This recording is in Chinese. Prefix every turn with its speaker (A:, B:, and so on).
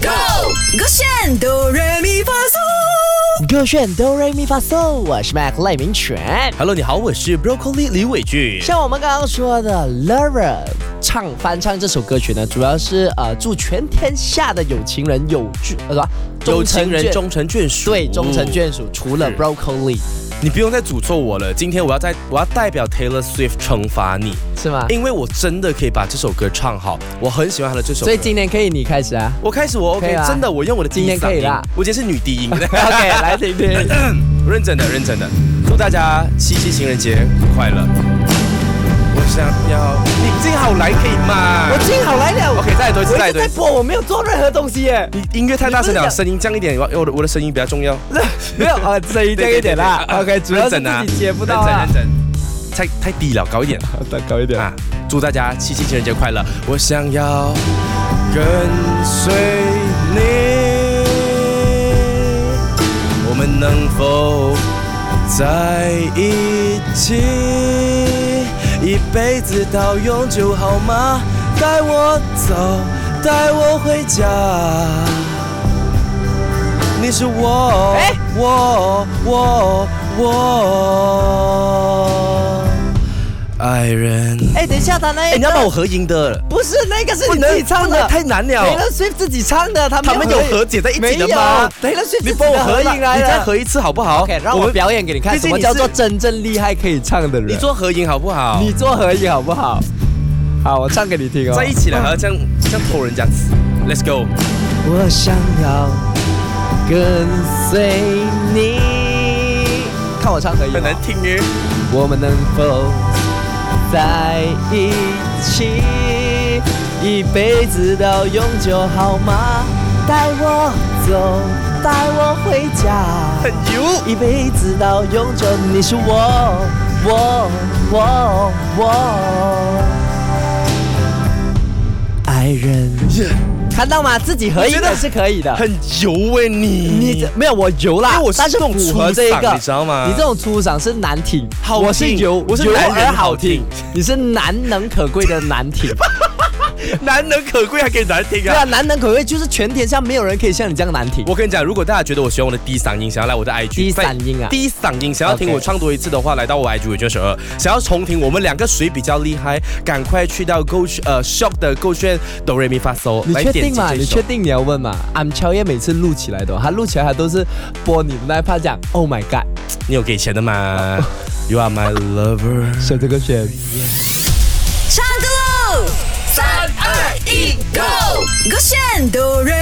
A: Go！勾选哆来咪发嗦，
B: 歌炫哆瑞咪发嗦，我是 Mac 赖明全。
C: Hello，你好，我是 Broccoli 李伟俊。
B: 像我们刚刚说的，Lover 唱翻唱这首歌曲呢，主要是呃祝全天下的有情人有聚呃什么
C: 有
B: 终成
C: 情人
B: 眷
C: 终成眷属，
B: 对终成眷属，除了
C: 是
B: Broccoli
C: 你不用再诅咒我了。今天我要在我要代表 Taylor Swift 惩罚你，
B: 是吗？
C: 因为我真的可以把这首歌唱好，我很喜欢他的这首歌。
B: 所以今天可以你开始 啊。
C: 我开始我
B: 可
C: OK，
B: 以啦
C: 真的，我用我的
B: 今
C: 低
B: 天
C: 音嗓
B: 可以
C: 音
B: 啦，
C: 我今天是女低音。
B: OK，来听听。
C: 认真的，认真的，祝大家七夕情人节快乐。我想要你静好来可以吗？
B: 我进好来了
C: OK，再来多一次，
B: 我
C: 再来
B: 一直
C: 多
B: 在
C: 一次。
B: 播，我没有做任何东西耶。
C: 你音乐太大声
B: 你不是
C: 了，
B: 讲
C: 声音降一点，我我的我的声音比较重要。
B: 没有啊，声音这一点啦。
C: 对对对
B: OK，主要是
C: 认真啊
B: 自己接不到啊
C: 认。真认真，太太低了，高一点
B: 再高一点
C: 啊！祝大家七夕情人节快乐！我想要跟随你，我们能否在一起？一辈子到永久好吗？带我走，带我回家。你是我，
B: 哎
C: 我我我爱人。
B: 哎，等一下，他那
C: 哎，
B: 一
C: 你要帮我
B: 个
C: 合音的，
B: 不是那个是你自己唱
C: 不能
B: 的，
C: 太难了。
B: Taylor Swift 自己唱的，他
C: 他们有和解在一
B: 没
C: 起
B: 有
C: 的吗？
B: ？Taylor Swift
C: 你
B: 自己
C: 帮我
B: 的合
C: 吧
B: 影来
C: 你再
B: 了。
C: 合一次好不好
B: OK，让我
C: 们
B: 表演给你看，
C: 毕
B: 什
C: 竟
B: 么
C: 你
B: 叫做
C: 是
B: 真正厉害可以唱的人。
C: 你做合影好不好？
B: 你做合影好不好？好，我唱给你听哦。
C: 在一起了还要这样这样偷人家词？Let's go。
B: 我想要跟随你。看我唱合影哦、
C: 很难听耶。
B: 我们能否在一起，一辈子到永久好吗？带我走，带我回
C: 很
B: 家，
C: 油。
B: 一辈子到永久，你是我，我，我，我。爱 人，看到吗？自己合影
C: 我觉
B: 的
C: 得
B: 是可以的，
C: 很油哎你，
B: 你这没有我油啦
C: 因为我，是
B: 但是
C: 这种
B: 符合
C: 粗
B: 这一个，
C: 嗓你知道吗
B: 你这种粗嗓是难听，
C: 好
B: 我是
C: 听
B: 油，
C: 我是
B: 油
C: 男人
B: 而好
C: 好
B: 听
C: 听，
B: 你是难能可贵的难听。
C: 难能可贵还可以难听
B: 对
C: 啊
B: 啊，！难能可贵就是全天下没有人可以像你这样难听。
C: 我跟你讲，如果大家觉得我喜欢我的低嗓音，想要来我的 IG，
B: 低嗓音啊
C: 低嗓音想要听
B: OK
C: 我唱多一次的话，来到我 IG 我就十二。想要重听我们两个谁比较厉害，赶快去到 Go 呃 Shop 的 Go 炫哆瑞咪发嗦，
B: 你
C: 来
B: 确
C: 点
B: 定
C: 击
B: 吗？
C: 这
B: 你
C: 首
B: 确定你要问吗？I'm 乔叶每次录起来的哦，他录起来他都是播你的那一 part 讲 Oh my God，
C: 你有给钱的吗？You are my lover。
B: 选这个选。
A: 唱歌喽！三二一，Go！勾选哆来